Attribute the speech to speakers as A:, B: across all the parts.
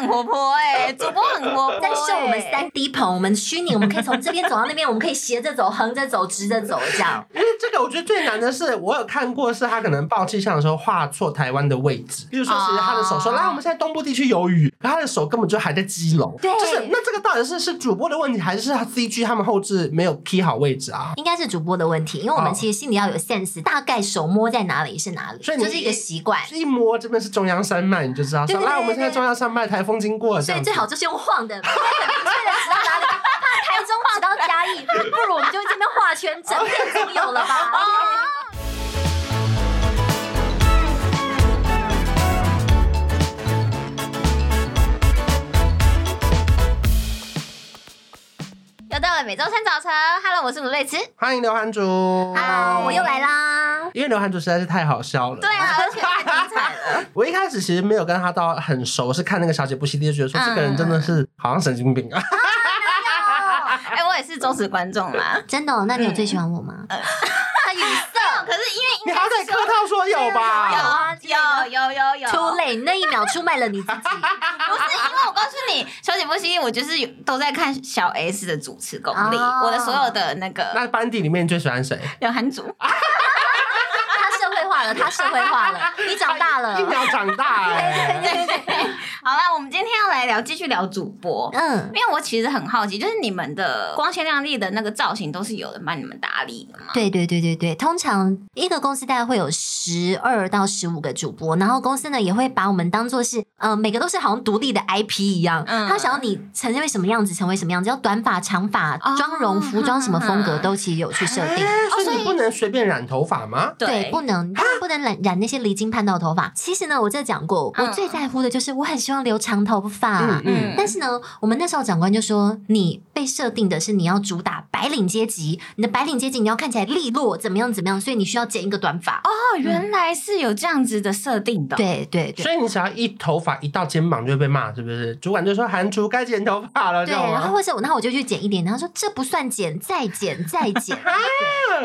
A: 很活泼哎、主播很活泼、
B: 在秀我们
A: 哎
B: 三 D 棚，我们虚拟，我们可以从这边走到那边，我们可以斜着走、横着走、直着走，这样。
C: 因为这个我觉得最难的是，我有看过是他可能报气象的时候画错台湾的位置，比如说，其实他的手说，
A: 哦
C: 来、我们现在东部地区有雨，可他的手根本就还在基隆，
B: 对
C: 就是那这个到底是是主播的问题，还是他 CG 他们后置没有 key 好位置啊？
B: 应该是主播的问题，因为我
A: 哦
B: 们其实心里要有 sense，大概手摸在哪里是哪里，
C: 所以
B: 这
C: 你
B: 是一个习惯。
C: 一摸这边是中央山脉，你就知道
B: 对
C: 说，
B: 对
C: 来，我们
B: 对
C: 现在中央山脉台风经过，这
B: 所以
C: 样
B: 最好
C: 子。
B: 就是用晃的，不要很明确的指到哪里，怕台中指到嘉义，不如我们就这边画圈，整片中有了吧？
A: 又到了每周三早晨，Hello，我是卢瑞慈。
C: 欢迎刘涵竹，
B: 啊，我又来啦！
C: 因为刘涵竹实在是太好笑了。
A: 对啊，而且太精彩了。
C: 我一开始其实没有跟他到很熟，是看那个小姐不息地就觉得说这个人真
B: 嗯
C: 的是好像神经病啊。
A: 哎、我也是忠实观众啦。
B: 真的哦、那你有最喜欢我吗？
A: 语塞，
B: 哦
A: 可是因为
C: 你好歹客套说有吧？
B: 有啊
A: 有有有有
B: Too late，那一秒出卖了你自己。
A: 不是因为我告诉你，小姐不息，我就是有都在看小 S 的主持功力，
B: 哦
A: 我的所有的那个
C: 那班底里面你最喜欢谁？
A: 刘涵竹，
B: 他社会化了，他社会化了，你长大了
C: 一。秒长大哎、
A: 好啦，我们今天要来聊，继续聊主播。
B: 嗯
A: 因，为我其实很好奇，就是你们的光鲜亮丽的那个造型，都是有人帮你们打理的吗？
B: 对对对对对，通常一个公司大概会有十二到十五个主播，然后公司呢也会把我们当做是，呃，每个都是好像独立的 IP 一样，
A: 嗯
B: 他想要你成为什么样子，成为什么样子，要短发、长发、
A: 哦
B: 妆容、服装什么风格都其实有去设定。
C: 哎所以你不能随便染头发吗？
B: 嗯对，不能，当然不能染染那些离经叛道的头发。其实呢，我这讲过，我
A: 嗯
B: 最在乎的就是我很希望留长头发，
C: 嗯
A: 嗯
C: 嗯，
B: 但是呢，我们那时候长官就说，你被设定的是你要主打白领阶级，你的白领阶级你要看起来利落，怎么样怎么样，所以你需要剪一个短发。哦，
A: 哦，原来是有这样子的设定的。，
B: 对对对。
C: 所以你只要一头发一到肩膀就会被骂，是不是？主管就说韩竹该剪头发了，
B: 对，
C: 这啊样
B: 然后
C: 吗？
B: 或者我，然后我就去剪一点，然后说这不算剪，再剪，再剪。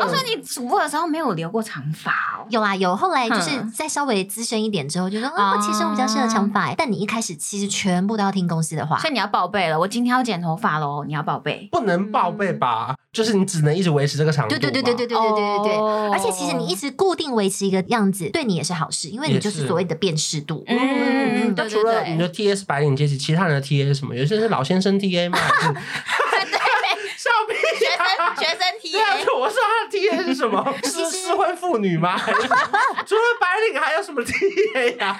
A: 哦，所以你主播的时候没有留过长发哦。
B: 有啊有，后来就是
A: 嗯
B: 再稍微资深一点之后，就说
A: 哦
B: 啊，其实我比较适合长发欸。但你一开始其实全部都要听公司的话
A: 所，以你要报备了，我今天要剪头发喽，你要报备。
C: 不能报备吧？就是你只能一直维持这个长度。
B: 对对对对对。对对对对。
A: 哦
B: 而且其实你一直固定维持一个样子，对你也是好事，因为你
C: 也
B: 就是
C: 是
B: 所谓的辨识度。
A: 嗯嗯嗯，
C: 就
A: 对
C: 除
A: 对
C: 了
A: 对
C: 你，的 T S 白领阶级，其他人的 T A 什么，有些是老先生 T A 嘛，还是笑屁
A: 学
C: 啊！
A: 生学生 T
C: 对啊，我说他的 T A 是什么？是失婚妇女吗？还是什么除了白领还有什么 T A 呀？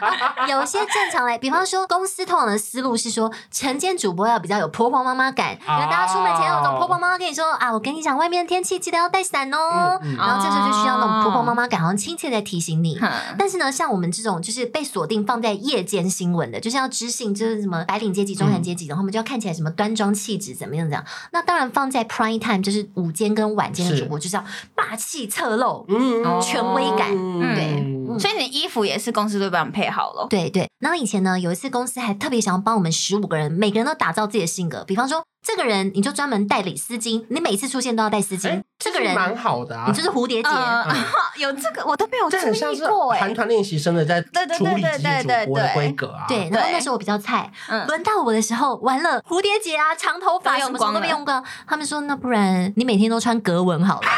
B: 有些正常来，比方说公司通常的思路是说，晨间主播要比较有婆婆妈妈感，
C: 啊
B: 因为大家出门前有种婆婆妈妈跟你说啊，我跟你讲，外面的天气记得要带伞哦。
C: 嗯嗯嗯
B: 然后这时候就需要那种婆婆妈妈感，好像亲切在提醒你。但是呢，像我们这种就是被锁定放在夜间新闻的，就是要知性，就是什么白领阶级、中产阶级，然后我们就要看起来什么端庄气质，怎么样怎么样。那当然放在 prime time，就是午间跟晚间的
C: 是
B: 主播，就是要霸气侧漏、
C: 嗯
A: 哦
B: 权威感。
C: 嗯
B: 对
C: 嗯
A: 所以你的衣服也是公司都帮你配好了。
B: 对对，然后以前呢，有一次公司还特别想要帮我们十五个人，每个人都打造自己的性格。比方说，这个人你就专门带领丝巾，你每次出现都要带丝巾；
C: 哎
B: 这个人
C: 蛮好的啊
B: 你就，是蝴蝶结。
A: 嗯， 有这个我都没有注
C: 这很像
A: 意
C: 是
A: 过哎
C: 韩。团练习生的在
A: 对对对
C: 处理
A: 对
C: 自己
A: 对对
C: 主播的
A: 对
C: 规格啊。
B: 对，然后
A: 对
B: 那时候我比较菜，
A: 嗯
B: 轮到我的时候，完了蝴蝶结啊、长头发
A: 都用
B: 什么什么
A: 光
B: 都被
A: 了
B: 用光。他们说，那不然你每天都穿格纹好了。
C: 啊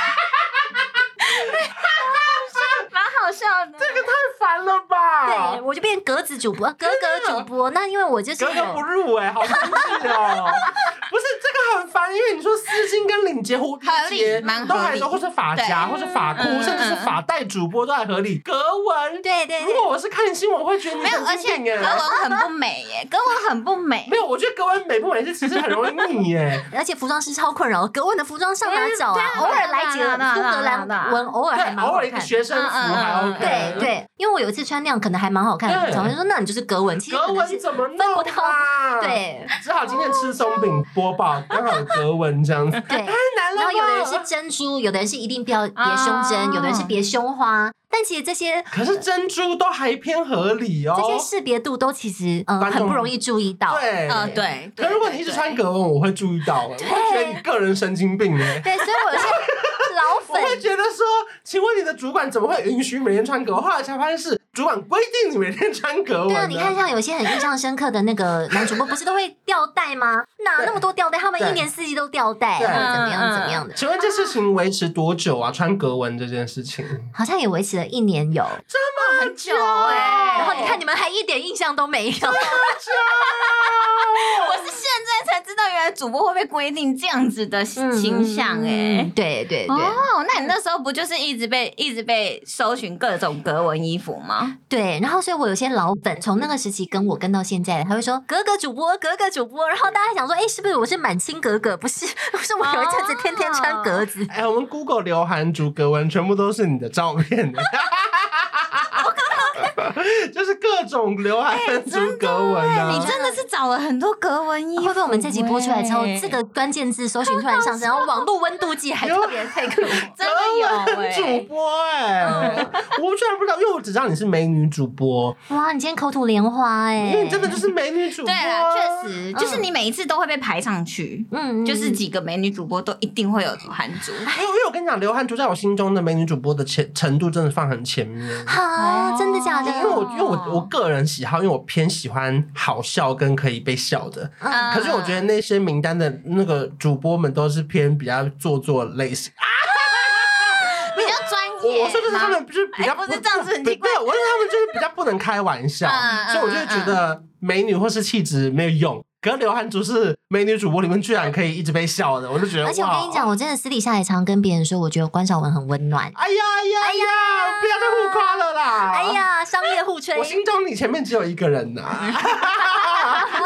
A: 蛮好笑 的。
C: 这个太烦了吧
B: 对，？我就变格子主播、格格主播。那因为我就是
C: 格格不入哎，好生气哦！ 不是这个很烦，因为你说丝巾跟领结、蝴
A: 合理
C: 蝶结
A: 蛮合理
C: 都还都，或是发夹，
A: 对
C: 或是发箍，
A: 嗯嗯
C: 甚至是发带，主播都还合理。格纹，
B: 对对
C: 如
B: 对，
C: 果我是看新闻，我会觉得你
A: 没有，而
C: 神
A: 且
C: 经
A: 格
C: 病哎。
A: 纹很不美耶，格纹很不美
C: 没。有，我觉得格纹美不美是其实很容易腻耶。
B: 而且服装师超困扰，格纹的服装上哪
A: 嗯
B: 找
A: 对
B: 啊
C: 哎
A: 啊？
B: 偶尔
A: 对啊
B: 来几
A: 对
B: 个
A: 啊
B: 苏
A: 对啊
B: 格
A: 对啊
B: 兰
A: 对啊
B: 纹，偶尔还
C: 对，
B: 蛮
C: 偶
B: 好
C: 尔一个
B: 看。
C: 学生服还
A: 嗯嗯嗯
C: OK。
B: 对对，因为我有一次穿那样，可能还蛮好看的。
C: 对
B: 长官说：“那你就是格纹。”其实
C: 格
B: 可能
C: 纹
B: 是
C: 怎么弄
B: 分不到
C: 啊？，
B: 对
C: 只好今天吃松饼播报，刚好有格纹 这样子。
B: 对。
C: 难
B: 然后有的人是珍珠，有的人是一定不要别胸针，有的
C: 啊
B: 人是别胸花。但其实这些
C: 可是珍珠都还偏合理哦。
B: 这些呃识别度都其实嗯
C: 观众
B: 很不容易注意到。
C: 对，
A: 嗯，对。
C: 可如果你一直穿格纹，我会注意到，我会觉得你个人神经病哎。
B: 对，所以 我有些老
C: 我会
B: 粉
C: 觉得说，请问你的主管怎么会允许每天穿格纹？后来才发现是主管规定你每天穿格纹。
B: 对啊，你看像有些很印象深刻的那个男主播，不是都会吊带吗？哪那么多吊带？他们一年四季都吊带，
C: 对
B: 怎么样
A: 嗯
B: 怎么样的？
C: 请问这事情维持多久啊？穿格纹这件事情，
B: 好像也维持了一年有，
A: 很久欸
C: 哎
B: 然后你看你们还一点印象都没有，
A: 我是现在才知道，原来主播会被规定这样子的形象哎、
B: 嗯对对对、
A: 哦，那你那时候不就是一直被一直被搜寻各种格纹衣服吗？
B: 对，然后所以我有些老粉从那个时期跟我跟到现在，他会说格格主播，格格主播，然后大家想说，哎、是不是我是满清格格？不是， 不是我有一阵子天天穿格子，
C: 哎，我们 Google 刘涵竹格纹全部都是你的照片， 就是各种刘涵
A: 哎
C: 竹格纹
A: 你
C: 啊。
A: 真的是找了很多格纹衣服、
B: 会不会我们这集播出来之后，
A: 哎
B: 这个关键字搜寻突然 上升，然后网络温度 计还特别配合我？
A: 真的有
C: 格
A: 哎、嗯
C: 纹主播哎、我居然不知道，因为我只知道你是美女主播，
B: 哇，你今天口吐莲花哎、
C: 因为你真的就是美女主播
A: 对
C: 啊、
A: 啦，确实，就是你每一次都会被排上去，
B: 嗯，嗯
A: 就是几个美女主播都一定会有韩族。
C: 因为因为我跟你讲，刘涵竹在我心中的美女主播的前程度真的放很前面。
B: 好，真的假
C: 因为我
B: 的？
C: 因为我我个人喜好，因为我偏喜欢好笑跟可以被笑的。
A: 嗯
C: 可是我觉得那些名单的那个主播们都是偏比较做作类型。啊
A: 比较专业
C: 我
A: 吗，
C: 我说就是他们就是比较
A: 哎不是这样子很奇怪
C: 对，我说他们就是比较不能开玩笑，
A: 嗯嗯
C: 所以我就会觉得美女或是气质没有用。可是刘涵竹是美女主播里面居然可以一直被笑的，我就觉得。
B: 而且我跟你讲，
C: 哇，哦
B: 我真的私底下也常跟别人说，我觉得关晓雯很温暖。
C: 哎呀哎呀哎呀，不要再互夸了啦！
B: 哎。呀，商业互吹
C: 我，心中你前面只有一个人 呐、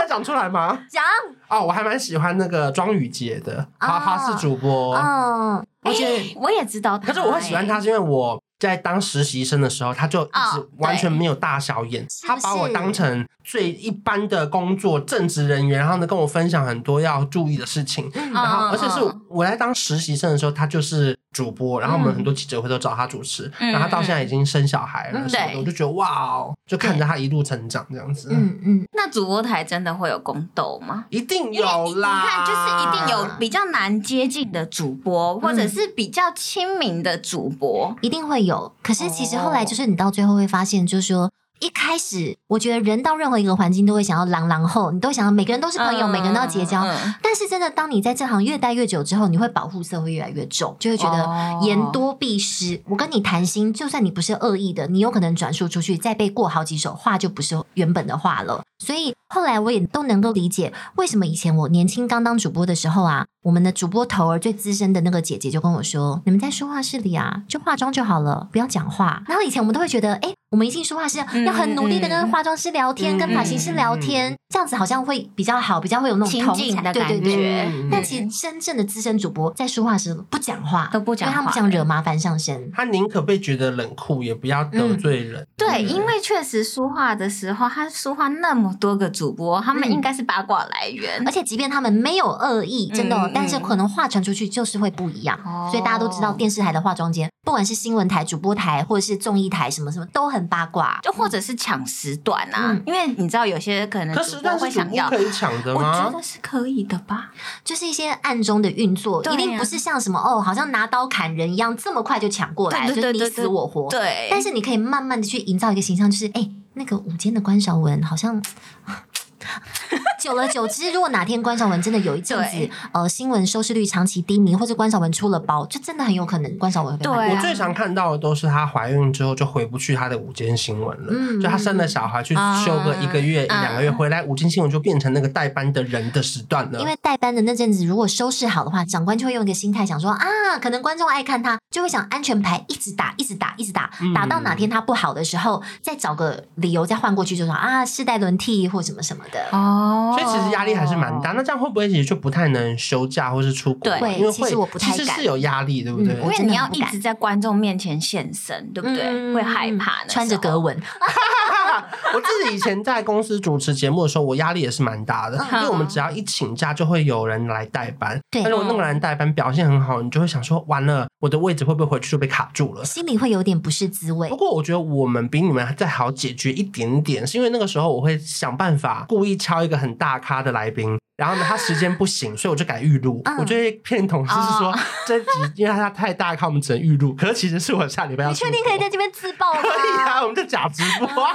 C: 要讲出来吗？
B: 讲，
C: 哦，我还蛮喜欢那个庄宇杰的，
B: 啊
C: 他
A: 哦
C: 他是主播，
B: 嗯，我觉得。
A: 我也知道他，
C: 可是我会喜欢他，是因为我在当实习生的时候，他就一直
A: 哦
C: 完全没有大小眼，
B: 是
C: 他把我当成最一般的工作正职人员，然后呢跟我分享很多要注意的事情。
A: 嗯，
C: 然后，
A: 嗯
C: 而且是我在当实习生的时候，他就是主播，然后我们很多记者会都找他主持，
A: 嗯
C: 然后他到现在已经生小孩了
B: 嗯
C: 什么的，
A: 对
C: 我就觉得哇哦，就看着他一路成长这样子，
B: 嗯嗯，
A: 那主播台真的会有宫斗吗？
C: 一定
A: 因为你
C: 有啦，
A: 你看，就是一定有比较难接近的主播，或者是比较亲民的主播。
B: 一定会有。可是其实后来就是你到最后会发现，就是
A: 哦
B: 说。一开始，我觉得人到任何一个环境都会想要狼狼后，你都想要每个人都是朋友，
A: 嗯
B: 每个人都要结交。
A: 嗯
B: 但是真的，当你在这行越待越久之后，你会保护色会越来越重，就会觉
A: 哦
B: 得言多必失。我跟你谈心，就算你不是恶意的，你有可能转述出去，再被过好几手，话就不是原本的话了。所以后来我也都能够理解，为什么以前我年轻刚当主播的时候啊，我们的主播头儿最资深的那个姐姐就跟我说：“你们在说话室里啊，就化妆就好了，不要讲话。”然后以前我们都会觉得，哎、我们一进说话室
A: 嗯
B: 要很努力的
A: 嗯
B: 跟化妆师聊天，
C: 嗯
B: 跟发型师聊天，这样子好像会比较好，比较会有那种
A: 亲
B: 同
A: 近
B: 感
A: 的
B: 对对
A: 感
B: 对。
A: 觉
C: 嗯嗯嗯
B: 但其实真正的资深主播在说话时不讲话，
A: 都不讲
B: 因为他们不
A: 话
B: 想惹麻烦上身。
C: 他宁可被觉得冷酷，也不要得罪人。
A: 嗯
C: 嗯
A: 对，因为确实说话的时候，他说话那么多个主播，他们
B: 嗯
A: 应该是八卦来源
C: 嗯
B: 而。且即便他们没有恶意，真的哦、
A: 嗯嗯
B: 但是可能话传出去就是会不一样。
A: 哦
B: 所以大家都知道，电视台的化妆间，不管是新闻台、主播台，或者是综艺台，什么什么都很八卦。
A: 就或者是抢时段啊，
B: 嗯
A: 因为你知道有些可能
C: 可
A: 主
C: 是，
A: 播
C: 但
A: 会
C: 是主
A: 想
C: 播
A: 要
C: 可，以抢的
A: 我觉
C: 吗？
A: 得是可以的吧。
B: 就是一些暗中的运作，
A: 对啊
B: 一定不是像什么哦，好像拿刀砍人一样这么快就抢过来，
A: 对对对
B: 就是
A: 对
B: 你死我活。
A: 对，
B: 但是你可以慢慢的去营造一个形象，就是哎、那个午间的关晓雯好像。 久而久之，如果哪天关晓雯真的有一阵子
A: 对，
B: 呃，新闻收视率长期低迷，或者关晓雯出了包，就真的很有可能关晓雯会被
A: 对
B: 卖
A: 啊
C: 我最常看到的都是她怀孕之后就回不去她的午间新闻了，
B: 嗯
C: 就她生了小孩去休个一个月、一
A: 嗯
C: 两个月，回来午间新闻就变成那个代班的人的时段了。
B: 因为代班的那阵子，如果收视好的话，长官就会用一个心态想说啊，可能观众爱看他，就会想安全牌一直打，一直打，一直打，
A: 嗯
B: 打到哪天他不好的时候，再找个理由再换过去，就说啊，世代轮替或什么什么的。
A: 哦
C: 所以其实压力还是蛮大，。那这样会不会其实就不太能休假或是出国啊？
A: 对
C: 因为
B: 其实
C: 会
B: 我不太
C: 其实
B: 敢
C: 是有压力，对不对？
B: 嗯
A: 因
B: 我
A: 为
B: 真的
A: 你要
B: 很不
A: 一
B: 敢
A: 直在观众面前现身，对不对？
B: 嗯
A: 会害怕那时候
B: 穿着格纹，
C: 我自己以前在公司主持节目的时候，我压力也是蛮大的，
A: 嗯
C: 因为我们只要一请假，就会有人来代班。
B: 对
A: 哦
C: 但是我那个人代班表现很好，你就会想说，完了，我我的位置会不会回去就被卡住了？
B: 心里会有点不是滋味
C: 不。过我觉得我们比你们再好解决一点点，是因为那个时候我会想办法故意敲一个很大咖的来宾。然后呢，他时间不行，所以我就改预录。
B: 嗯
C: 我就会骗同事是说、
A: 哦
C: 这集，因为他太大咖，我们只能预录。可是其实是我下礼拜要
B: 你
C: 出
B: 确
C: 国。
B: 定可以在这边自爆 吗？
C: 可以啊，我们就假直播。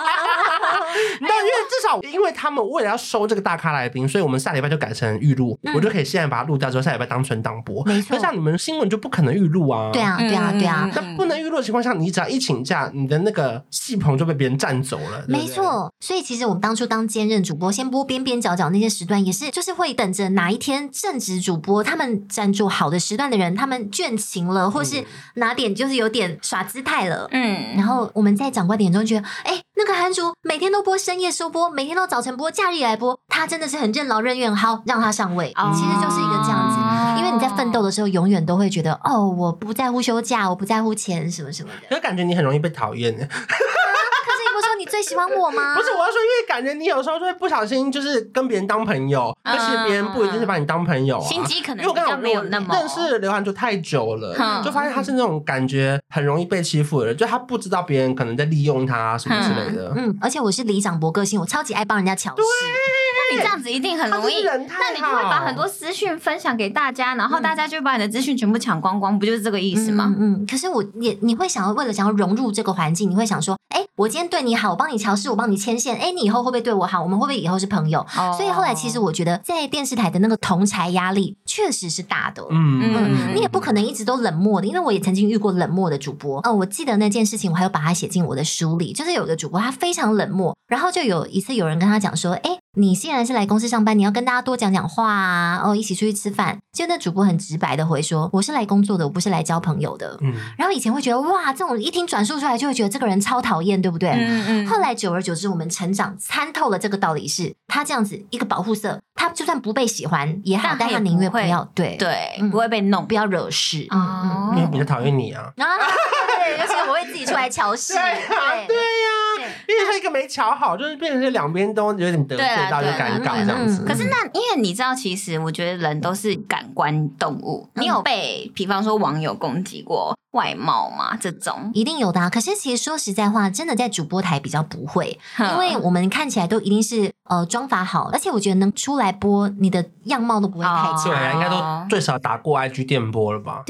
C: 但因为至少，因为他们为了要收这个大咖来宾，所以我们下礼拜就改成预录，
B: 嗯
C: 我就可以现在把它录掉之后，下礼拜当存档播。
B: 没错
C: 可像你们新闻就不可能预录啊。
B: 对。啊，对啊，对啊
A: 嗯，
C: 那不能预录的情况下，你只要一请假，你的那个戏棚就被别人占走了。对不对
B: 没。错。所以其实我们当初当兼任主播，先播边边角角那些时段，也是就是会等着哪一天正职主播他们站住好的时段的人，他们倦勤了，或是哪点就是有点耍姿态了。
A: 嗯，
B: 然后我们在长官眼中觉得，哎、那个韩竹每天都播，深夜收播，每天都早晨播，假日也来播，他真的是很任劳任怨，好让他上位，其实就是一个这样子。
A: 哦
B: 因为你在奋斗的时候，永远都会觉得，哦，我不在乎休假，我不在乎钱，什么什 么的。
C: 可是感觉你很容易被讨厌。
A: 啊
C: 不
B: 可是你不是说你最喜欢我吗？
C: 是，我要说，因为感觉你有时候就会不小心，就是跟别人当朋友，
A: 嗯
C: 而且别人不一定是把你当朋友啊。
A: 心机可能
C: 因为我
A: 比
C: 刚
A: 较
C: 刚
A: 没有那么
C: 认识刘涵就太久了，
A: 嗯
C: 就发现他是那种感觉很容易被欺负的人，就他不知道别人可能在利用他啊什么之类的。
B: 嗯，而且我是李长博个性，我超级爱帮人家巧事。
A: 那你这样子一定很容易，
C: 他就是人太好
A: 那你就会把很多资讯分享给大家，然后大家就会把你的资讯全部抢光光，不就是这个意思吗？
B: 嗯嗯，嗯可是我也你会想要为了想要融入这个环境，你会想说，哎、我今天对你好，我帮你调试，我帮你牵线，哎、你以后会不会对我好？我们会不会以后是朋友？
A: 哦
B: 嗯所以后来其实我觉得，在电视台的那个同台压力确实是大的。
C: 嗯
B: 嗯，你也不可能一直都冷漠的，因为我也曾经遇过冷漠的主播。嗯，我记得那件事情，我还有把它写进我的书里。就是有一个主播，他非常冷漠，然后就有一次有人跟他讲说：“哎，你既然是来公司上班，你要跟大家多讲讲话啊，哦，一起出去吃饭。”就那主播很直白的回说：“我是来工作的，我不是来交朋友的。”
C: 嗯，
B: 然后以前会觉得哇，这种一听转述出来就会觉得这个人超讨厌，对不对？
A: 嗯
B: 后来久而久之，我们成长参透了这个道理是，他这样子一个保护色，他就算不被喜欢也好，
A: 但他
B: 但
A: 也
B: 他宁愿
A: 不
B: 不
A: 会
B: 要对
A: 对
B: 嗯，
A: 不会被弄
B: 不。要惹事。嗯嗯。
A: 哦
C: 因为比较讨厌你啊。
B: 啊， 对对对，而且我会自己出来瞧事，
C: 对啊，对
B: 对
C: 呀、因为他一个没瞧好，就是变成是两边都有点得罪到，就
A: 对啊对啊
C: 尴尬这样子。
B: 嗯嗯嗯
A: 可是那，因为你知道，其实我觉得人都是感官动物。
B: 嗯
A: 你有被，比方说网友攻击过外貌吗？这种，
B: 一定有的、啊。可是其实说实在话，真的在主播台比较不会，因为
A: 哼
B: 我们看起来都一定是呃妆法好，而且我觉得能出来播，你的样貌都不会太
A: 哦
C: 对
B: 差。
C: 啊，应该都最少打过 IG 电波 了吧？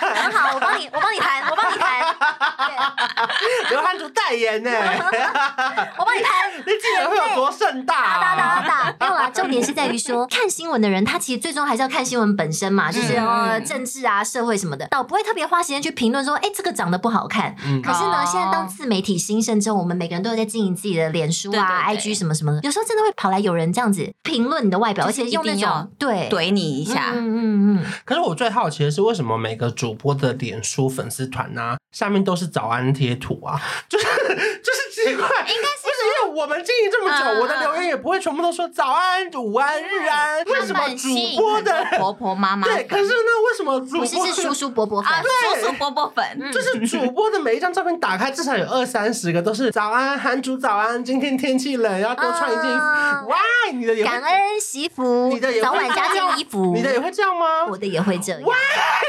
B: 很好，我 帮你，我帮你谈，我帮你 谈，
C: 刘汉族代言呢、
B: 我帮你谈。
C: 你记得会有多盛大、
B: 打打
C: 啊？
B: 打打打，没有啦。重点是在于 说，看新闻的人他其实最终还是要看新闻本身嘛，就是
A: 嗯
B: 呃政治啊、社会什么的，倒不会特别花时间去评论说，哎，这个长得不好看。
C: 嗯
B: 可是呢
A: 哦，
B: 现在当自媒体兴盛之后，我们每个人都有在经营自己的脸书啊、
A: 对对对
B: IG 什么什么的，有时候真的会跑来有人这样子评论你的外表，而
A: 就是
B: 且用那
A: 一定要
B: 种对
A: 怼你一下，
B: 嗯嗯嗯嗯，
C: 可是我最好奇的是，为什么每个主播的脸书粉丝团啊，下面都是早安贴图啊？就是就是奇怪，应该是因为我们经营这么久，
A: 嗯
C: 我的留言也不会全部都说早安、午安、日安，为什
A: 他
C: 么
A: 们
C: 主
A: 吸引
C: 播
A: 很多
C: 的
A: 婆婆妈妈
C: 对？可是那为什么主
B: 不
C: 播
B: 是是叔叔伯伯粉
A: 啊，，叔叔伯伯粉，
B: 嗯
C: 就是主播的每一张照片打开，至少有二三十个都是早安，韩主早安，今天天气冷，要多穿一件衣
B: 啊
C: 服。哇，你的也会
B: 感恩惜福
C: 你的，也会
B: 早晚加件衣服，
C: 你的也会这样吗？
B: 我的也会这样
C: 哇。，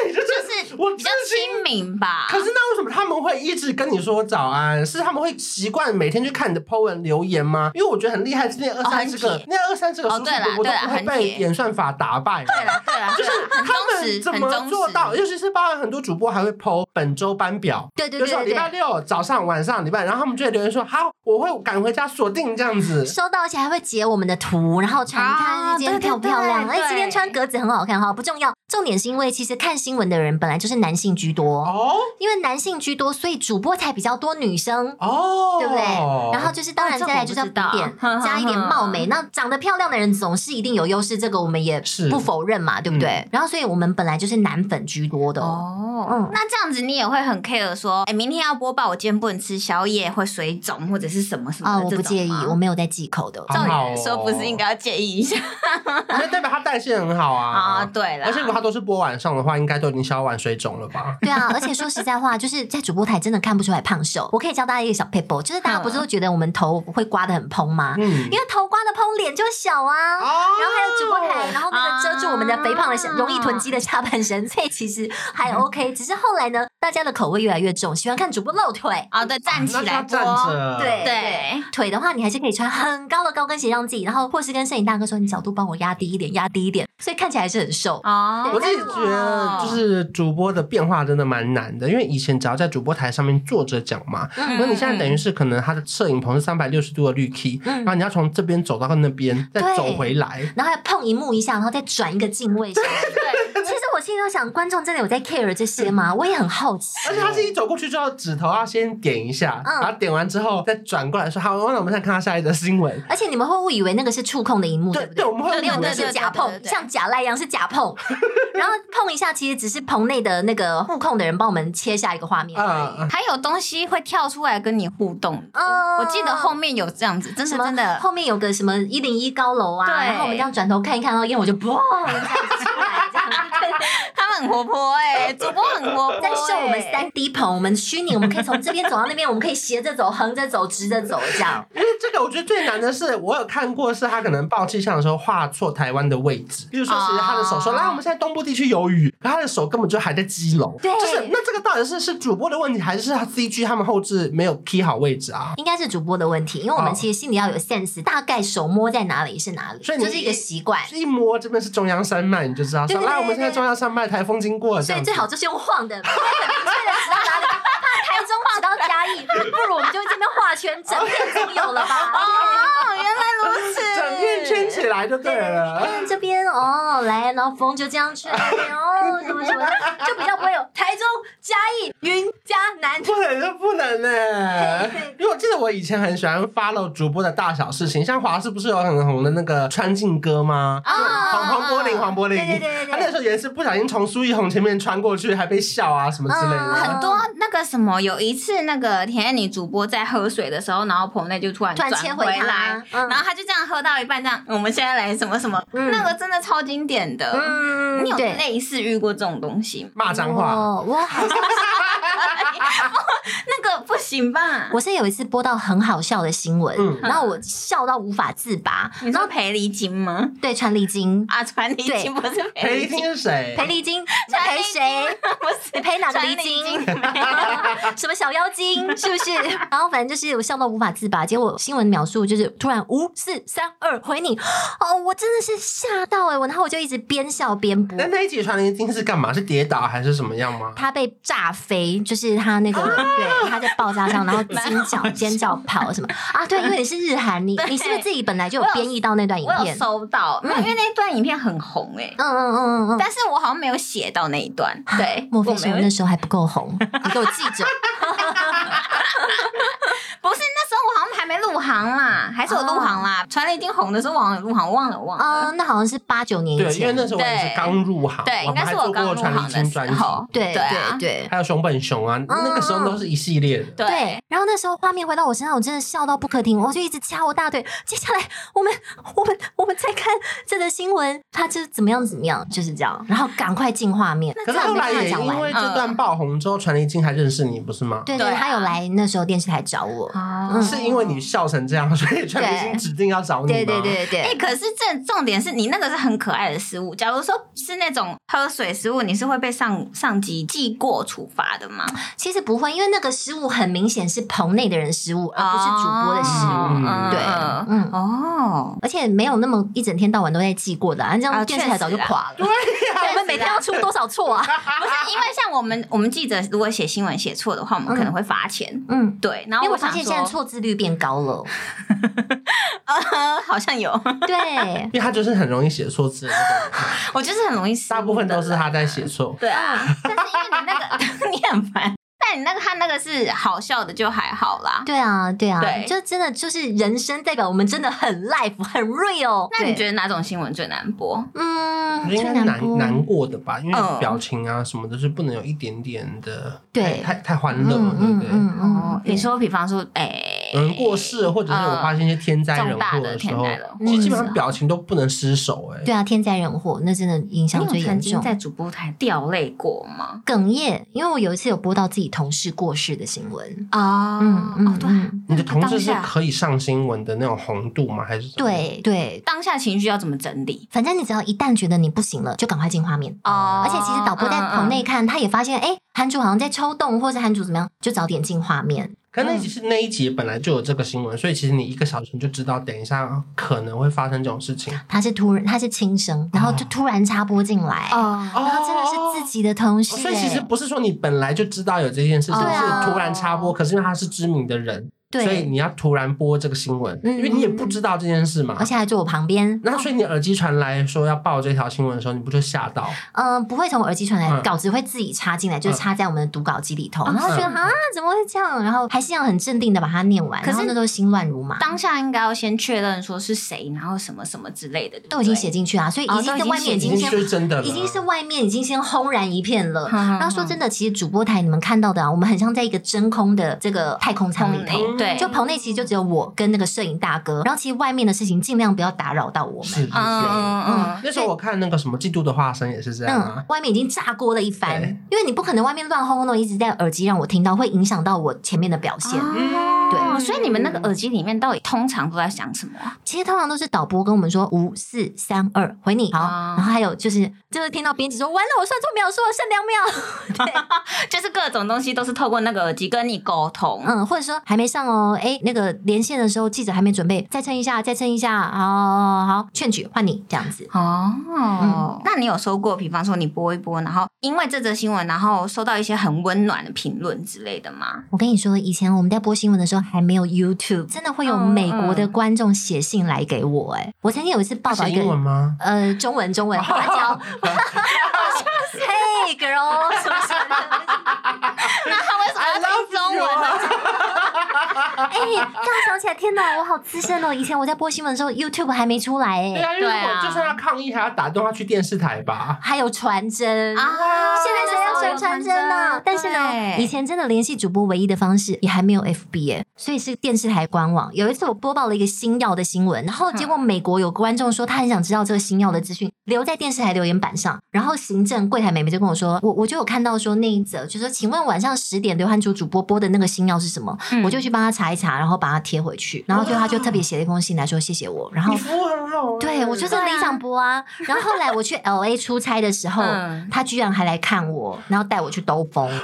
C: 就是
A: 是
C: 我
A: 比较
C: 真心
A: 亲民吧。
C: 可是那为什么他们会一直跟你说早安？是他们会习惯每天去看你的 po 文留言吗？因为我觉得很厉害，是那二三十
A: 哦
C: 个，
A: 很铁
C: 那二三十个
A: 哦
C: 叔叔
A: 对啦
C: 伯伯都
A: 对啦
C: 不会
A: 很
C: 被
A: 铁
C: 演算法打败。
A: 对啦，对啦，
C: 就是
A: 对啦很
C: 他
A: 忠
C: 们
A: 实，
C: 怎
A: 很
C: 么
A: 忠
C: 做
A: 实。
C: 到？尤其是包含很多主播还会 PO 本周班表，
B: 对对
C: 有
B: 对
C: 时候
B: 对
C: 礼拜
B: 对，
C: 六早上、晚上、礼拜，然后他们就会留言说：“好，我会赶回家锁定这样子。”
B: 收到而且还会截我们的图，然后传
A: 啊
B: 你
A: 对
B: 看今天
A: 对
B: 漂不漂亮？
A: 对
B: 哎，
A: 对
B: 今天穿格子很好看哈，不重要。重点是因为其实看新闻的人本来就是男性居多，
C: 哦
B: 因为男性居多，所以主播才比较多女生。
C: 哦，
B: 对不对？然后就是，当然
A: 哦这
B: 再
A: 个
B: 来就是要
A: 我不知道
B: 补点
A: 哼哼
B: 加一点貌美。那长得漂亮的人总是一定有优势，这个我们也
C: 是嗯
B: 不否认嘛，对不对？然后，所以我们本来就是男粉居多的哦。
A: 哦，
B: 嗯
A: 那这样子你也会很 care 说，哎、明天要播报，我今天不能吃宵夜，会水肿或者是什么什
B: 啊，
A: 么
B: 我
A: 哦的这种吗、
B: 不介意，我没有在忌口的。
A: 照理
C: 好好
A: 来
C: 哦
A: 说，不是应该要介意一下
C: 那代表他代谢很好啊
A: 啊？。对啦，
B: 哦
C: 而且如果他都都是播晚上的话，应该都已经消完水肿了吧？
B: 对啊，而且说实在话，就是 在主播台真的看不出来胖瘦。我可以教大家一个小 paper，就是大家不是都觉得我们头会刮的很蓬吗？
C: 嗯
B: 因，为头刮的蓬，脸就小啊。
C: 哦
B: 然后还有主播台，然后那个遮住我们的肥胖的下、
A: 哦啊嗯
B: 容易囤积的下半身，所以其实还 OK。只是后来呢，大家的口味越来越重，喜欢看主播露腿。
A: 哦，对，站起
C: 那就要
A: 来
C: 站
A: 播，
C: 着，
B: 对
A: 对，
B: 腿的话，你还是可以穿很高的高跟鞋让自己，然后或是跟摄影大哥说，你角度帮我压低一点，压低一点，所以看起来还是很瘦。
A: 哦，
C: 我自己觉得，
A: 哦，
C: 就是主播的变化真的蛮难的，因为以前只要在主播台上面坐着讲嘛，
A: 嗯
C: 那你现在等于是可能他的摄影棚是三百六十度的绿 key，
B: 嗯
C: 然后你要从这边走到那边，再
B: 对
C: 走回来。
B: 然后还碰一幕一下，然后再转一个敬畏 神。
A: 对，
B: 其实我心里都想，观众真的有在 care 这些吗？我也很好奇。
C: 而且他自己走过去就要指头要先点一下，
B: 嗯
C: 然后点完之后再转过来说：“好，那我们再看他下一则新闻。
B: 而且你们会误以为那个是触控的荧幕，
C: 对
B: 不
C: 对，我们会
A: 对
B: 没有，
C: 以
B: 那
A: 对
C: 为
B: 是
A: 对
B: 假碰
A: 对，对
B: 像假赖一样是假碰，然后碰一下，其实只是棚内的那个互控的人帮我们切下一个画面。
C: 啊，
A: 还有东西会跳出来跟你互动。
B: 嗯
A: 我记得后面有这样子，真
B: 什
A: 的
B: 么
A: 真的，
B: 后面有个什么一零一高楼啊，
A: 对
B: 然后我们这样转头看一看，然后烟我就嘣这样子出来，这样
A: 他们很活泼 哎，主播很活泼，
B: 在秀我们三 D 棚，我们虚拟，我们可以从这边走到那边，我们可以斜着走、横着走、直着走，这样。
C: 因为这个我觉得最难的是，我有看过是他可能报气象的时候画错台湾的位置，比如说其实他的手说：“
A: 哦
C: 来，我们现在东部地区有雨”，可他的手根本就还在基隆。
B: 对
C: 就是那这个到底是是主播的问题，还是他 CG 他们后置没有 key 好位置啊？
B: 应该是主播的问题，因为我
C: 哦
B: 们其实心里要有 sense，大概手摸在哪里是哪里，
C: 所以你
B: 就是一个习惯。
C: 一摸这边是中央山脉，你就知道说：“
B: 对对对
C: 来，我们现在中央山脉台风经过。”这
B: 所以
C: 样
B: 最
C: 子。
B: 好就是用晃的，很明确啊的指到哪里，怕台中指到嘉义，不如我们就这边画圈，整片都有了吧？
A: 哦，原来如此，
C: 整片圈起来就对了。
B: 看这边哦，来，然后风就这样吹，哦，什么什么的，就比较不会有台中、嘉义、云、嘉南。
C: 不能就不能呢、因为我记得我以前很喜欢 follow 主播的大小事情，像华视不是有很红的那个穿进歌吗？
A: 啊
C: 黄黄柏林，黄柏林，
B: 对对对对对
C: 他那时候也是不小心从苏一红前面穿过去，还被笑啊什么之类的。
B: 啊
A: 哦很多那个什么，有一次那个田爱妮主播在喝水的时候，然后棚内就突然
B: 突然
A: 转
B: 切
A: 回
B: 回他
A: 来，
B: 嗯
A: 然后他就这样喝到一半，这样我们现在来什么什么，
B: 嗯
A: 那个真的超经典的。
B: 嗯
A: 你有
B: 对
A: 类似遇过这种东西吗？
C: 骂脏话，
B: 哦，我好像
A: 那个不行吧？
B: 我是有一次播到很好笑的新闻，
C: 嗯
B: 然后我笑到无法自拔，
A: 你说赔礼金吗？
B: 对，传礼金，
A: 啊，传礼金不是
C: 裴
A: 赔
C: 丽
A: 礼
C: 金
A: 金，
C: 是谁？
B: 赔 礼金，你
A: 传
B: 赔
A: 礼
B: 谁？
A: 不
B: 你
A: 是
B: 赔哪个
A: 传
B: 礼
A: 礼
B: 金
A: 金？
B: 什么小妖精，是不是？然后反正就是我笑到无法自拔，结果新闻描述就是突然五四三二回你，哦，我真的是吓到哎、我然后我就一直边笑边播
C: 那，
A: 嗯
C: 那一集传林金是干嘛？是跌倒还是什么样吗？
B: 他被炸飞，就是他那个、
A: 啊
B: 对，他在爆炸上，然后惊叫尖叫跑什么啊？对，因为你是日韩，你
A: 对
B: 你是不是自己本来就有
A: 我有
B: 编译到那段影
A: 我有
B: 片？
A: 收到，没有，因为那段影片很红哎、
B: 嗯嗯嗯嗯嗯。
A: 但是我好像没有写到那一 段，对，
B: 莫非
A: 我
B: 是
A: 没
B: 我
A: 有
B: 那时候还不够红？你给我记 着，
A: 不是那时候我好像还没入行啦，还是我入行
B: 哦
A: 啦。传了已经红的时候，我好像有入行，忘了忘了。
B: 嗯，那好像是八九年以
C: 对，因为
B: 前，
C: 那时候我也是刚入行，
A: 对，
C: 我
A: 应
C: 们
A: 该
C: 还
A: 是
C: 做
A: 我刚
C: 过
A: 入
C: 传
A: 行
C: 林
A: 的
C: 金
A: 时
C: 专辑，
A: 候。
B: 对
A: 啊
B: 对对
C: 还有熊本熊啊，那个时候都是一系列的。
A: 对
B: 对，然后那时候画面回到我身上，我真的笑到不可停，我就一直掐我大腿。接下来我们我们我们再看这则新闻，它就是怎么样怎么样，就是这样，然后赶快进画面。
C: 可
B: 这
C: 是
B: 样
C: 后
B: 没
C: 来
B: 办法
C: 也
B: 讲
C: 因为
B: 完。嗯
C: 这段爆红之后，传林金还认识你，不是吗？
B: 对
A: 对
B: 对，
A: 啊
B: 他有来那时候电视台找我。
A: 哦
B: 嗯
C: 是因为你笑成这样，所 以传林金指定要找你吗？
B: 对对对对，
A: 哎、可是这重点是你那个是很可爱的食物。假如说是那种喝水食物，你是会被上上级记过处罚的吗？
B: 其实不会，因为那个失误很明显是棚内的人失误，呃而不是主播的失误。
C: 物嗯
B: 对嗯
A: 哦，
B: 而且没有那么一整天到晚都在记过的、啊，这
A: 啊
B: 样电视台早就
A: 确实啊
B: 垮了。
C: 对呀
B: 我们每天要出多少错啊？
A: 不是因为像我们我们记者如果写新闻写错的话，我们可能会罚钱。
B: 嗯，
A: 对，然
B: 因
A: 后
B: 为我
A: 想说，
B: 发现现在错字率变高了。
A: 呃， 好像有，
B: 对，
C: 因为他就是很容易写错字的那种人，
A: 我就是很容易失误的
C: 大
A: 人，
C: 部分都是他在写错。
A: 对啊，但是因为你那个 你很烦，但你那个他那个是好笑的，就还好啦。
B: 对啊，对啊，
A: 对
B: 就真的就是人生代表我们真的很 life 很 real。
A: 那你觉
B: 得？
A: 得哪种新闻最难播？
B: 嗯，
C: 我觉得应该
B: 最
C: 难
B: 播
C: 难过的吧，因为
A: 嗯
C: 表情啊什么的，是不能有一点点的
B: 对
C: 太太太欢乐，
B: 嗯
C: 对
B: 嗯
C: 不对？
B: 嗯嗯，
A: 你
B: 对
A: 说，比方说，哎、
C: 有人过世了，或者是
B: 呃
C: 有发生一些天灾人祸时
A: 重
C: 候
A: 大的天灾人，祸
C: 其实基本上表情都不能失手哎、
B: 对啊，天灾人祸那真的影响
A: 你
B: 最
A: 有
B: 严
A: 曾经
B: 重。
A: 在主播台掉泪过吗？
B: 哽咽，因为我有一次有播到自己同事过世的新闻。
A: 哦
B: 嗯
A: 哦，
B: 嗯
A: 对啊，
B: 嗯，
C: 你的同事
A: 当
C: 是
A: 下
C: 可以上新闻的那种红度吗？还是怎么样？
B: 对对，
A: 当下情绪要怎么整理？
B: 反正你只要一旦觉得你不行了，就赶快进画面。
A: 哦
B: 而且其实导播在棚内
A: 嗯
B: 看，他也发现，哎，韩主好像在抽动，或是韩主怎么样，就早点进画面。
C: 可那
B: 嗯
C: 其实那一集本来就有这个新闻，所以其实你一个小时你就知道，等一下可能会发生这种事情。
B: 他是突然，他是轻声，
A: 哦
B: 然后就突然插播进来，
A: 嗯哦，
B: 然后真的是自己的同事、
C: 哦所以其实
B: 哎
C: 不是说你本来就知道有这件事情，
A: 对
B: 啊
C: 是突然插播。可是因为他是知名的人，
B: 对
C: 所以你要突然播这个新闻，
B: 嗯
C: 因为你也不知道这件事嘛
B: 而。且还坐我旁边，
C: 那所以你耳机传来说要报这条新闻的时候，你不就吓到？
B: 嗯、不会从我耳机传来，
C: 嗯
B: 稿子会自己插进
A: 嗯
B: 来，就是插在我们的读稿机里头。然后觉得
C: 嗯
B: 啊，怎么会这样？然后还是要很镇定的把它念完，
A: 可是
B: 然后那时候心乱如麻。
A: 当下应该要先确认说是谁，然后什么什么之类的，对不对
B: 都已经写进去了，所以已
A: 哦都
B: 经
A: 已
B: 在
A: 经
B: 外面已
A: 写
C: 已
B: 经
A: 进
C: 经
B: 先
C: 是真的了，
B: 已经是外面已经先轰然一片了。
A: 嗯
B: 然后说真的，其实主播台你们看到的啊，我们很像在一个真空的这个太空舱里
A: 棚
B: 头。
A: 内嗯对，
B: 就棚内其实就只有我跟那个摄影大哥，然后其实外面的事情尽量不要打扰到我
C: 是是
B: 们
C: 是。
A: 嗯嗯嗯
C: 那时候我看那个什么《嫉妒的化身》也是这样
B: 嗯
C: 啊，，
B: 外面已经炸锅了一番
C: 对，
B: 因为你不可能外面乱轰轰的一直在耳机让我听到，会影响到我前面的表现。
C: 啊
A: 嗯
B: 对
A: 哦所以你们那个耳机里面到底通常都在想什么啊？
B: 其实通常都是导播跟我们说五四三二回你好，
A: 啊
B: 然后还有就是就是听到编辑说完了我算错秒数了，剩两 秒，
A: 就是各种东西都是透过那个耳机跟你沟通。
B: 嗯，或者说还没上哦，哎，那个连线的时候记者还没准备，再撑一下，再撑一下，啊好好劝举换你这样子。
A: 哦，那你有收过，比方说你播一播，然后因为这则新闻，然后收到一些很温暖的评论之类的吗？
B: 我跟你说，以前我们在播新闻的时候还没有 YouTube，真的会有
A: 嗯
B: 美
C: 啊
B: 国的观众写信来给我、哎，我曾经有一次报道
C: 是
B: 一个
C: 英文吗？
B: 呃，中文中 文，华侨，嘿 girl，是不是？
A: 那他为什么要听中文呢？
B: 哎，刚想起来，天哪，我好资深哦！以前我在播新闻的时候，YouTube 还没出来
C: 对
B: 哎，
C: 啊，因为
A: 对
C: 如果
A: 啊
C: 就算要抗议，还要打电话去电视台吧。
B: 还有传真。
A: 啊，
B: 现在谁要选哦传真呢？但是呢，
A: 对
B: 以前真的联系主播唯一的方式也还没有 FB 哎，所以是电视台官网。有一次我播报了一个新药的新闻，然后结果美国有观众说他很想知道这个新药的资讯，留在电视台留言板上。然后行政柜台妹妹就跟我说，我我就有看到说那一则，就说请问晚上十点刘汉竹主播播的那个新药是什么？
A: 嗯
B: 我就去帮他查一查，然后把它贴回去。然后就他就特别写了一封信来说谢谢我，然后
C: 你服务很好、欸，
B: 对，我就是
A: 对啊
B: 李长波啊。然后后来我去 L A 出差的时候，
A: 嗯
B: 他居然还来看我，然后带我去兜风。哇！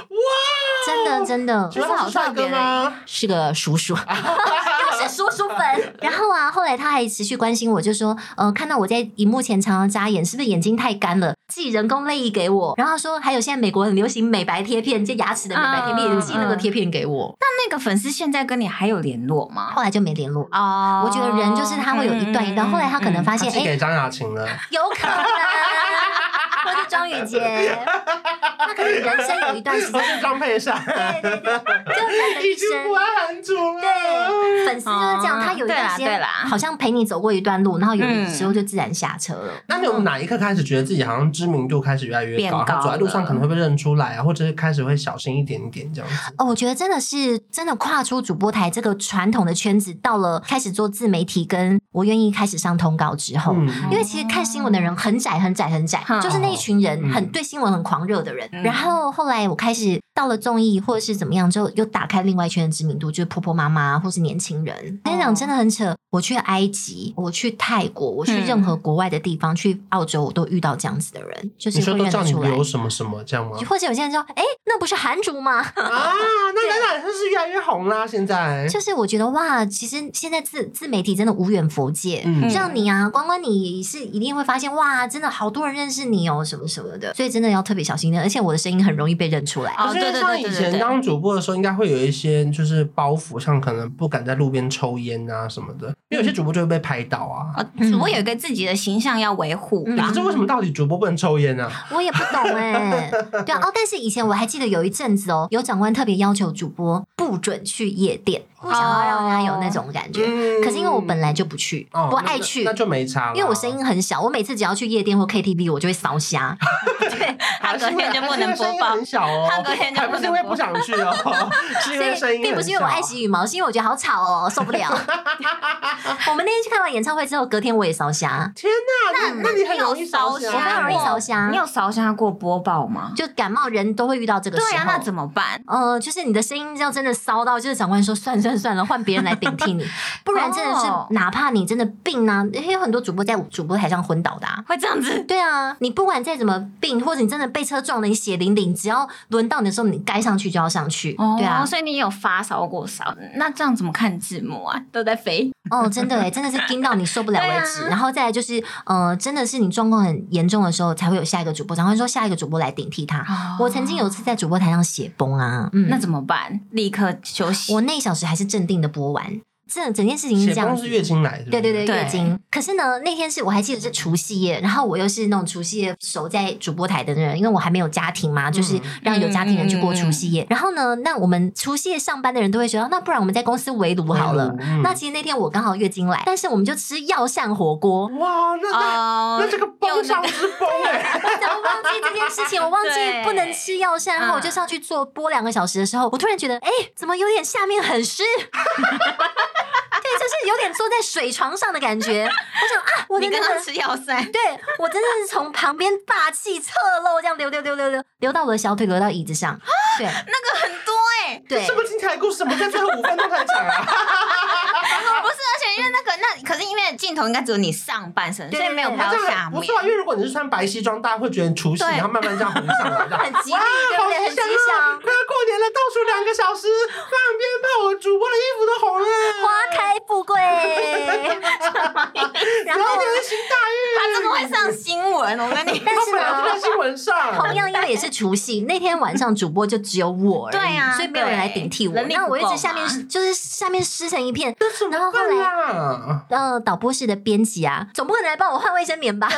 B: 真的真的
C: 请问他是帅哥吗？
B: 是个叔叔，又是叔叔粉。然后啊，后来他还持续关心我，就说，呃，看到我在荧幕前常常眨眼，是不是眼睛太干了？寄人工泪液给我。然后他说，还有现在美国很流行美白贴片，就牙齿的美白贴片，
A: 嗯
B: 也寄那个贴片给我。
A: 那个粉丝现在跟你还有联络吗？
B: 后来就没联络。
A: 哦
B: 我觉得人就是他会有一
A: 嗯
B: 段一段，后来他可能发
C: 他
B: 现，
C: 啊寄
B: 哎，
C: 给张雅琴了，
B: 有可能，或者庄宇杰，他可能人生有一段时
C: 他
B: 间，
C: 是张佩珊，
B: 对对对，就人的
C: 已
B: 一
C: 经
B: 生
C: 不。爱韩主了。
B: 对，粉丝就是这样，他有一段
A: 哦
B: 时
A: 对
B: 间
A: 啦对啦
B: 好像陪你走过一段路，然后有的时候就自然下车了。
A: 嗯
C: 那你有哪一刻开始觉得自己好像知名度开始越来越
A: 变
C: 高，然后走
A: 高
C: 在路上
A: 了
C: 可能会被认出来啊，或者是开始会小心一点点这样子？
B: 哦，我觉得真的是真的跨出主播台这个传统的圈子，到了开始做自媒体，跟我愿意开始上通告之后。
C: 嗯，
B: 因为其实看新闻的人很窄很窄很窄，
A: 嗯
B: 就是那一群人
C: 嗯
B: 很对新闻很狂热的人。
A: 嗯
B: 然后后来我开始到了综艺或者是怎么样之后，又打开另外一圈的知名度，就是婆婆妈妈或是年轻人。跟你讲，真的很扯。我去埃及，我去泰国，我去
A: 嗯
B: 任何国外的地方，去澳洲，我都遇到这样子的人，就是
C: 你说
B: 会
C: 都
B: 认
C: 叫
B: 得
C: 你
B: 出来。
C: 留什么什么这样吗？
B: 或者有些人说：“哎、那不是韩竹吗？”
C: 啊，那那那就是越来越红啦，现在。
B: 就是我觉得哇，其实现在自自媒体真的无远佛界，
C: 嗯
B: 像你啊，光光你是一定会发现哇，真的好多人认识你哦，什么什么的，所以真的要特别小心的。而且我的声音很容易被认出来，
A: 哦
C: 可是因
A: 对
C: 为
A: 对
C: 像
A: 对
C: 以
A: 对对
C: 前
A: 对
C: 当主播的时候，应该会有一些就是包袱，像可能不敢在路边抽烟啊什么的，因为有些主播就会被拍到啊。
A: 哦，我有一个自己的形象要维护
B: 嗯
A: 吧
C: 可。是为什么到底主播不能抽烟呢、啊？
B: 我也不懂哎、对 啊，哦，但是以前我还记得有一阵子哦，有长官特别要求主播不准去夜店，不想要让人家有那种感觉。
C: 嗯
B: 可是因为我本来就不去，
C: 哦
B: 不
C: 那
B: 爱
C: 就
B: 去
C: 那，就没差了。
B: 因为我声音很小，我每次只要去夜店或 KTV，我就会烧瞎。
A: 对， 他
C: 还是
A: 隔
C: 因为
A: 天就不能
B: 啊
A: 播
C: 还是因为声音
A: 报
C: 很。小哦，
A: 他隔天就不能播
C: 还不是因为不想去 哦，是 因为
B: 所
C: 声音
B: 以
C: 很
B: 并不是因为我爱
C: 小啊
B: 惜羽毛，是因为我觉得好吵哦，受不 了。我们那天去看完演唱会之后，隔天我也烧瞎，
C: 天哪，那那你很容易烧啊
A: 你有烧
B: 我非
A: 瞎
B: 常容易烧瞎
A: 你，有烧瞎过播报吗？
B: 就感冒人都会遇到这个时候。
A: 对呀、那怎么办？
B: 呃，就是你的声音要真的骚到，就是长官说算算算了，换别人来顶 替你，不然真的是
A: 哦，
B: 哪怕你真的病啊，因为有很多主播在主播台上昏倒的、啊。
A: 会这样子？
B: 对啊，你不管再怎么病，或者你真的被车撞了，你血淋淋，只要轮到你的时候，你该上去就要上去。对啊，
A: 所以你有发烧过烧，那这样怎么看字幕啊？都在飞，
B: 哦，真的哎，真的是盯到你受不 了为止。
A: 对啊
B: 然后再来就是，呃，真的是你状况很严重的时候，才会有下一个主播，然后说下一个主播来顶替他。
A: 哦
B: 我曾经有一次在主播台上血崩啊，嗯，
A: 那怎么办？立刻休息。
B: 我那一小时还是镇定的播完，这整件事情是
C: 血
B: 这样
C: 崩
B: 子
C: 是。月经来，
B: 对对对，
A: 对
C: 对，
B: 月经。可是呢，那天是我还记得是除夕夜，然后我又是那种除夕夜守在主播台的人，因为我还没有家庭嘛，就是让有家庭人去过除夕夜。然后呢，那我们除夕夜上班的人都会觉得，那不然我们在公司围炉好了。
C: 嗯
B: 那其实那天我刚好月经来，但是我们就吃药膳火锅。
C: 哇，那那
A: 哦
C: 那这个崩上之崩哎，
B: 我怎么忘记这件事情？我忘记
A: 对嗯
B: 不能吃药膳，然后我就上去做播两个小时的时候，我突然觉得，哎、怎么有点下面很湿？ 对，就是有点坐在水床上的感觉。我想啊，我的
A: 你
B: 那
A: 刚
B: 个
A: 刚吃药 膳，
B: 对我真的是从旁边霸气侧漏，这样流流流流流流到我的小腿，流到椅子上。对
A: 啊那个很多哎、
B: 对，
C: 什么精彩故事？怎么在最后五分钟才讲啊？
A: 不是，而且因为那个那可是因为镜头应该只有你上半身，
B: 对
A: 所以没有
B: 对
A: 拍到
B: 对
C: 那这
A: 下
C: 样不
A: 面
C: 错。啊，因为如果你是穿白西装，大家会觉得你除夕，
A: 对
C: 然后慢慢这样红上来，这样
B: 很吉利
C: 哇，，
B: 对不
C: 好
B: 对？很吉
C: 吉祥
B: 祥。
C: 啊！快要过年了，倒数两个小时，放鞭炮，我主播的衣服都红了，
B: 花开富 贵， 然后
C: 牛年行大运，
A: 他真的会上新闻，我跟你。
B: 但
C: 他
B: 是
C: 本来就
B: 呢
C: 在。新闻
B: 同
C: 上。
B: 样，因为也是除夕，那天晚上主播就只有我而已，
A: 对啊
B: 所以没有人来顶替我。
A: 对人力
B: 那我一
A: 不够
B: 直下面
A: 嘛
B: 是就是下面湿成一片，然后后
C: 对
B: 来
C: 啦，
B: 呃导播室的编辑啊，总不可能来帮我换卫生棉吧？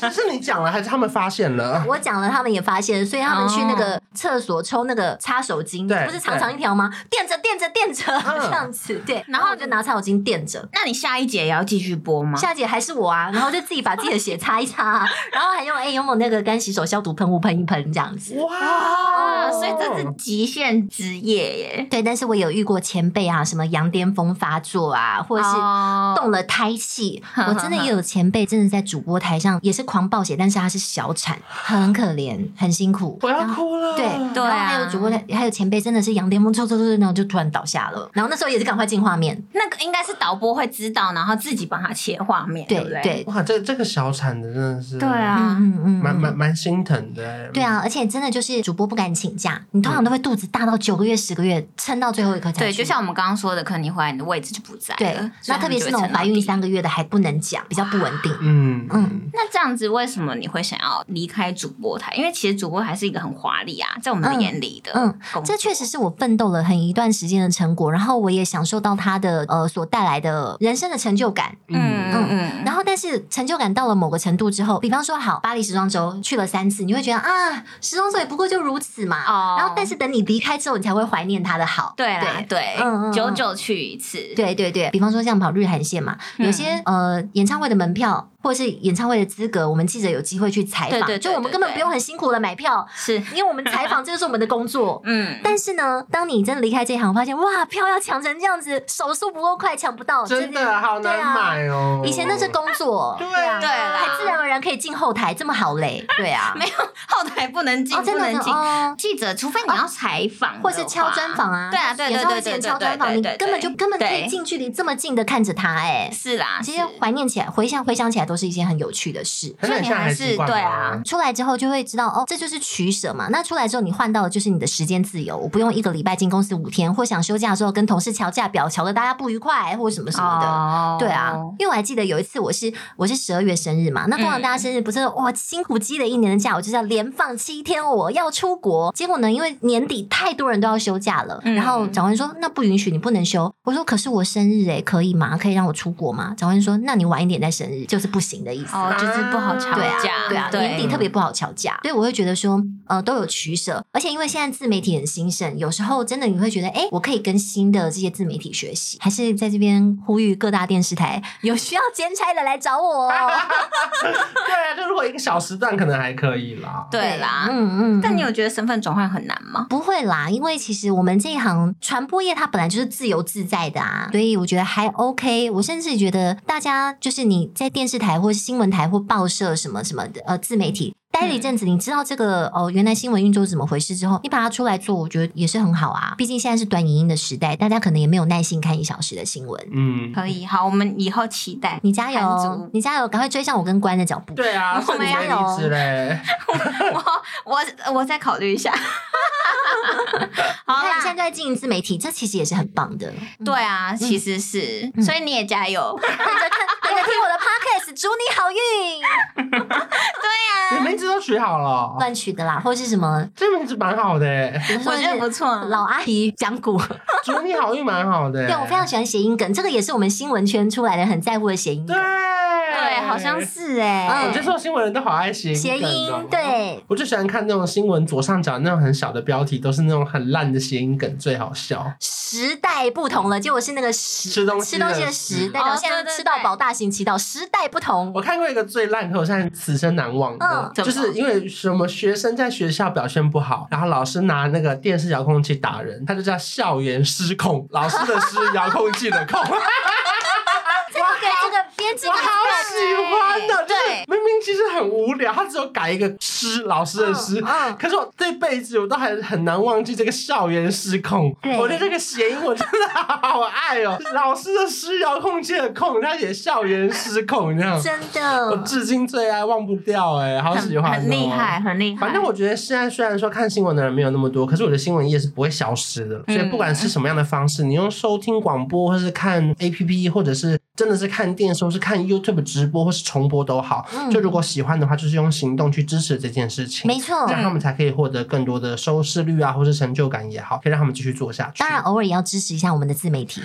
C: 只是你讲了，还是他们发现了？
B: 我讲了，他们也发现，所以他们去那个厕所抽那个擦手巾，
C: 对
B: 不是长长一条吗？垫着垫着垫着
C: 嗯
B: 这样子，对，然后我就拿擦手巾垫着。
A: 那你下一节也要继续播吗？
B: 夏姐还是我啊，然后就自己把自己的血擦一擦、啊，然后还用哎、用我那个干洗手消毒喷雾喷一喷这样子。
A: 啊，
C: 哇
A: 所以这是极限职业耶，
B: 对，但是我有遇过前辈啊，什么羊癫疯发作啊，或者是
A: 动
B: 动了胎 气。
A: 呵呵
B: 我真的也有前辈，真的在主播台上也是狂暴血，但是他是小产，很可怜，很辛苦。
C: 我要
B: 然后
C: 哭了。
B: 对
A: 对
B: 然后
A: 啊
B: 还有主播台，还有前辈真的是羊癫疯抽抽抽，然后就突然倒下了。然后那时候也是赶快进画面，
A: 那个应该是导播会知道，然后自己帮他切画面，
B: 对
A: 不对？
B: 对，
C: 哇，这这个小产的真的是，
A: 对，啊，
B: 嗯嗯
C: 蛮蛮蛮心疼的。
B: 对，啊，而且真的就是主播不敢请假，你通常都会肚子大到九个月、十个月，撑到最后一刻才
A: 对，
B: 去
A: 就像我们刚刚说的，可能你回来你的位置就不在了
B: 对，
A: 所以
B: 那特别是那种怀孕三个月的还不能讲，比较不稳定。
C: 嗯
B: 嗯
C: 嗯，
A: 那这样子，为什么你会想要离开主播台？因为其实主播台是一个很华丽啊，在我们的眼里的
B: 嗯
A: 工作
B: 这确实是我奋斗了很一段时间的成果，然后我也享受到它的呃所带来的人生的成就感。
A: 嗯嗯嗯，
B: 然后，但是成就感到了某个程度之后，比方说，好，巴黎时装周去了三次，你会觉得啊，时装周也不过就如此嘛。
A: 哦
B: 然后，但是等你离开之后，你才会怀念它的好。
A: 对啦，对
B: 嗯嗯嗯，
A: 久久去一次，
B: 对对对，比方说像跑日韩线嘛，
A: 嗯
B: 有些呃演唱会的门票或者是演唱会的资格，我们记者有机会去采
A: 对
B: 访，
A: 对对
B: 就我们
A: 对
B: 根本
A: 对
B: 不用很辛苦的买票，
A: 是，
B: 因为我们采访这就是我们的工作。
A: 嗯，
B: 但是呢，当你真的离开这一行，发现哇，票要抢成这样子，手速不够快，抢不到，
C: 真的好
B: 对
C: 难
B: 啊
C: 买哦。
B: 以前那是工作，
C: 对
B: 啊，
A: 对啦
B: 还自然而然可以进后台，这么好嘞，对 啊，
A: 没有后台不能进，
B: 哦，真
A: 不
B: 的
A: 能
B: 是
A: 进。
B: 哦。
A: 记者，除非你要采访的话，
B: 或是敲专访啊，
A: 对啊对对
B: 演唱
A: 对
B: 会
A: 对
B: 之前
A: 对
B: 敲专访，
A: 对
B: 你
A: 对对
B: 根本就根本可以
A: 对
B: 近距离这么近的看着他，哎，
A: 是啦，
B: 其
A: 是哦
B: 实怀念起来、回想回想起来，都是一件很有趣的事。
C: 可是
A: 所以你
C: 现在
A: 还
C: 还
A: 是
C: 习惯
A: 对
C: 吗
A: 啊，
B: 出来之后就会知道，哦，这就是取舍嘛。那出来之后，你换到的就是你的时间自由，我不用一个礼拜进公司五天，或想休假的时候跟同事调价表，调的大家不愉快，或什么什么的。
A: 哦
B: 对啊，因为我还记得有一次我是我是十二月生日嘛，那
A: 嗯
B: 通常大家生日不是、哇辛苦积了一年的假，我就是要连放七天，我要出国。结果呢，因为年底太多人都要休假了，
A: 嗯
B: 然后长官说那不允许，你不能休。我说可是我生日诶、可以吗？可以让我出国吗？长官说那你晚一点再生日就是不行的意思。
A: 哦，就是不好吵
B: 对啊
A: 架，，
B: 对啊，年底特别不好吵架，所以我会觉得说，呃，都有取舍，而且因为现在自媒体很兴盛，有时候真的你会觉得，哎、我可以跟新的这些自媒体学习，还是在这边呼吁各大电视台有需要兼差的来找我哦。
C: 对啊，就如果零小时段可能还可以啦。
A: 对啦。
B: 嗯嗯，
A: 但你
B: 嗯
A: 有觉得身份转换很难吗？
B: 不会啦，因为其实我们这一行传播业它本来就是自由自在的啊，所以我觉得还 OK。我甚至觉得大家就是你在电视台或是新闻台或报社什么什么的呃自媒体。待了一
A: 嗯
B: 阵子，你知道这个哦，原来新闻运作是怎么回事之后，你把它出来做，我觉得也是很好啊。毕竟现在是短影音的时代，大家可能也没有耐心看一小时的新闻。
C: 嗯，
A: 可以，好，我们以后期待。
B: 你加
A: 韩
B: 油
A: 族，
B: 你加油，赶快追上我跟关的脚步。
C: 对啊，
A: 我
C: 所以
A: 们
C: 你没
B: 要有嗯
C: 离职嘞。
A: 我我我再考虑一下。 好
B: 你看你
A: 啦
B: 现在，嗯就在经营自媒体，这其实也是很棒的。
A: 对啊，其实是，
B: 嗯
A: 所以你也加油。
B: 等着看，等着听我的 podcast，祝你好运。
C: 你名字都取好了，
B: 乱取的啦，或者是什么，
C: 这名字蛮好 的欸，
B: 比如说
A: 我觉得不
B: 是
A: 错。啊
B: 老阿姨讲古，
C: 祝你好运蛮好的欸。
B: 对我非常喜欢谐音梗，这个也是我们新闻圈出来的很在乎的谐音
C: 对
B: 梗，
A: 对，
C: 对
A: 好像。是哎、
B: 嗯
C: 我觉得做新闻人都好爱谐音
B: 谐
C: 梗哦
B: 音。对。
C: 我就喜欢看那种新闻左上角那种很小的标题，都是那种很烂的谐音梗，最好笑。
B: 时代不同了，结果是那个时
C: 吃东西
B: 吃东西的
C: 的
B: 时
C: 时
B: 代，代表
A: 哦
B: 现在
A: 对对
B: 吃到
A: 对
B: 饱，大行其道，时代不同
C: 我。看过一个最烂，可我现在此生难忘的，
A: 嗯
C: 就是因为什么学生在学校表现不好，然后老师拿那个电视遥控器打人，他就叫校园 失控，老师的失，遥控器的控。
B: 这个给这个编辑
C: 我好喜欢的，就是
A: 对
C: 明明其实很无聊，他只有改一个诗，老师的诗。
B: 嗯嗯
C: 可是我这辈子我都还很难忘记这个校园失控
B: 对，
C: 我对这个谐音我真的好爱哦。老师的诗遥控器的控，他写校园失控这样，
B: 真
C: 我
B: 的，
C: 至今最爱忘不掉哎、好喜
A: 很
C: 欢、哦，
A: 很厉害，。很厉害。
C: 反正我觉得现在虽然说看新闻的人没有那么多，可是我觉得新闻业是不会消失的。所
A: 嗯
C: 以不管是什么样的方式，你用收听广播，或是看 APP，或者是真的是看电视，或是看 YouTube 直播，或是重播都好。
B: 嗯
C: 就如果喜欢的话，就是用行动去支持这件事情，
B: 没错。
C: 让他们才可以获得更多的收视率啊，或是成就感也好，可以让他们继续做下去。
B: 当然，偶尔也要支持一下我们的自媒体。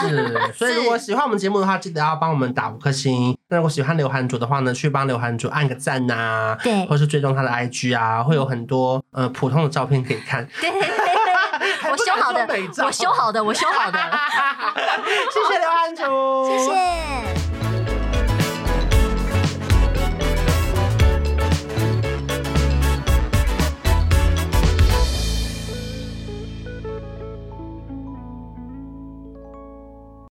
C: 是，所以如果喜欢我们节目的话，记得要帮我们打五颗星。那如果喜欢刘涵主的话呢，去帮刘涵主按个赞呐、
B: 对
C: 或是追踪他的 IG 啊，会有很多呃普通的照片可以 看。
B: 对，我修好的
C: 还不敢说美，照
B: 我修好的，我修好的，
C: 谢谢刘涵主，
B: 谢谢。